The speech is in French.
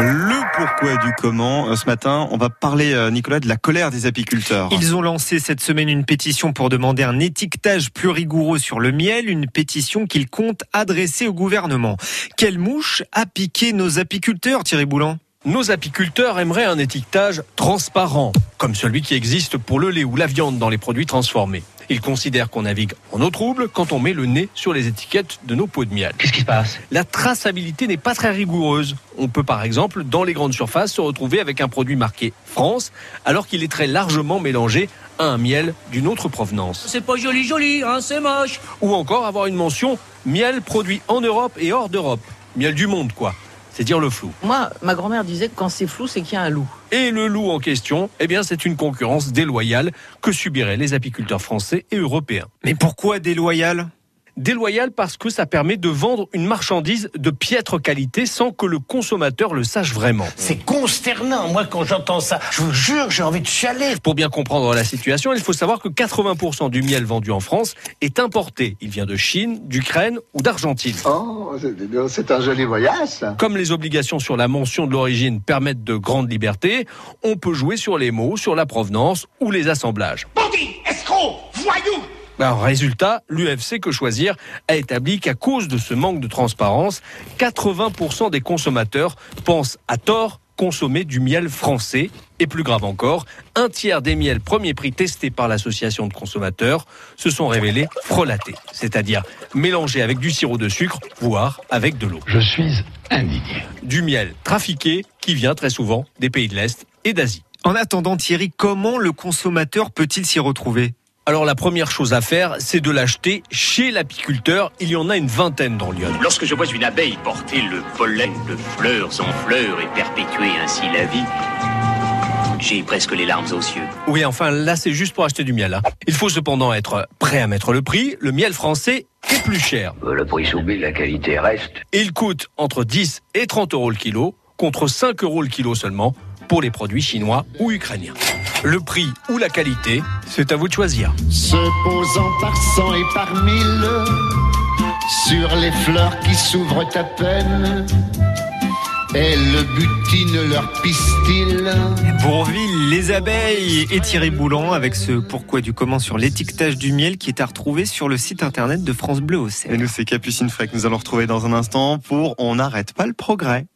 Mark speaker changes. Speaker 1: Le pourquoi du comment. Euh, Ce matin, on va parler, euh, Nicolas, de la colère des apiculteurs.
Speaker 2: Ils ont lancé cette semaine une pétition pour demander un étiquetage plus rigoureux sur le miel, une pétition qu'ils comptent adresser au gouvernement. Quelle mouche a piqué nos apiculteurs, Thierry Boulan
Speaker 3: Nos apiculteurs aimeraient un étiquetage transparent, comme celui qui existe pour le lait ou la viande dans les produits transformés. Ils considèrent qu'on navigue en eau trouble quand on met le nez sur les étiquettes de nos pots de miel.
Speaker 4: Qu'est-ce qui se passe
Speaker 3: La traçabilité n'est pas très rigoureuse. On peut par exemple, dans les grandes surfaces, se retrouver avec un produit marqué France, alors qu'il est très largement mélangé à un miel d'une autre provenance.
Speaker 4: C'est pas joli joli, hein, c'est moche.
Speaker 3: Ou encore avoir une mention miel produit en Europe et hors d'Europe. Miel du monde, quoi. C'est dire le flou.
Speaker 5: Moi, ma grand-mère disait que quand c'est flou, c'est qu'il y a un loup.
Speaker 3: Et le loup en question, eh bien, c'est une concurrence déloyale que subiraient les apiculteurs français et européens.
Speaker 2: Mais pourquoi déloyal
Speaker 3: Déloyale parce que ça permet de vendre une marchandise de piètre qualité sans que le consommateur le sache vraiment.
Speaker 6: C'est consternant, moi, quand j'entends ça. Je vous jure, j'ai envie de chialer.
Speaker 3: Pour bien comprendre la situation, il faut savoir que 80% du miel vendu en France est importé. Il vient de Chine, d'Ukraine ou d'Argentine.
Speaker 7: Oh, c'est- c'est un joli voyage, ça.
Speaker 3: Comme les obligations sur la mention de l'origine permettent de grandes libertés, on peut jouer sur les mots, sur la provenance ou les assemblages.
Speaker 6: Bandit, escroc, voyou
Speaker 3: Alors, résultat, l'UFC Que Choisir a établi qu'à cause de ce manque de transparence, 80% des consommateurs pensent à tort consommer du miel français. Et plus grave encore, un tiers des miels premier prix testés par l'association de consommateurs se sont révélés frelatés, c'est-à-dire mélangés avec du sirop de sucre, voire avec de l'eau.
Speaker 8: Je suis indigné.
Speaker 3: Du miel trafiqué qui vient très souvent des pays de l'Est et d'Asie.
Speaker 2: En attendant, Thierry, comment le consommateur peut-il s'y retrouver
Speaker 3: Alors la première chose à faire, c'est de l'acheter chez l'apiculteur. Il y en a une vingtaine dans Lyon.
Speaker 9: Lorsque je vois une abeille porter le pollen de fleurs en fleurs et perpétuer ainsi la vie, j'ai presque les larmes aux yeux.
Speaker 3: Oui, enfin là, c'est juste pour acheter du miel. hein. Il faut cependant être prêt à mettre le prix. Le miel français est plus cher.
Speaker 8: Le prix s'oublie, la qualité reste.
Speaker 3: Et il coûte entre 10 et 30 euros le kilo, contre 5 euros le kilo seulement pour les produits chinois ou ukrainiens. Le prix ou la qualité, c'est à vous de choisir.
Speaker 10: se posant par cent et par mille sur les fleurs qui s'ouvrent à peine. Elles butinent leur pistil.
Speaker 2: Bourville, les abeilles et Thierry Boulan avec ce pourquoi du comment sur l'étiquetage du miel qui est à retrouver sur le site internet de France Bleu Océan.
Speaker 1: Et nous, c'est Capucine Frey que nous allons retrouver dans un instant pour On n'arrête pas le progrès.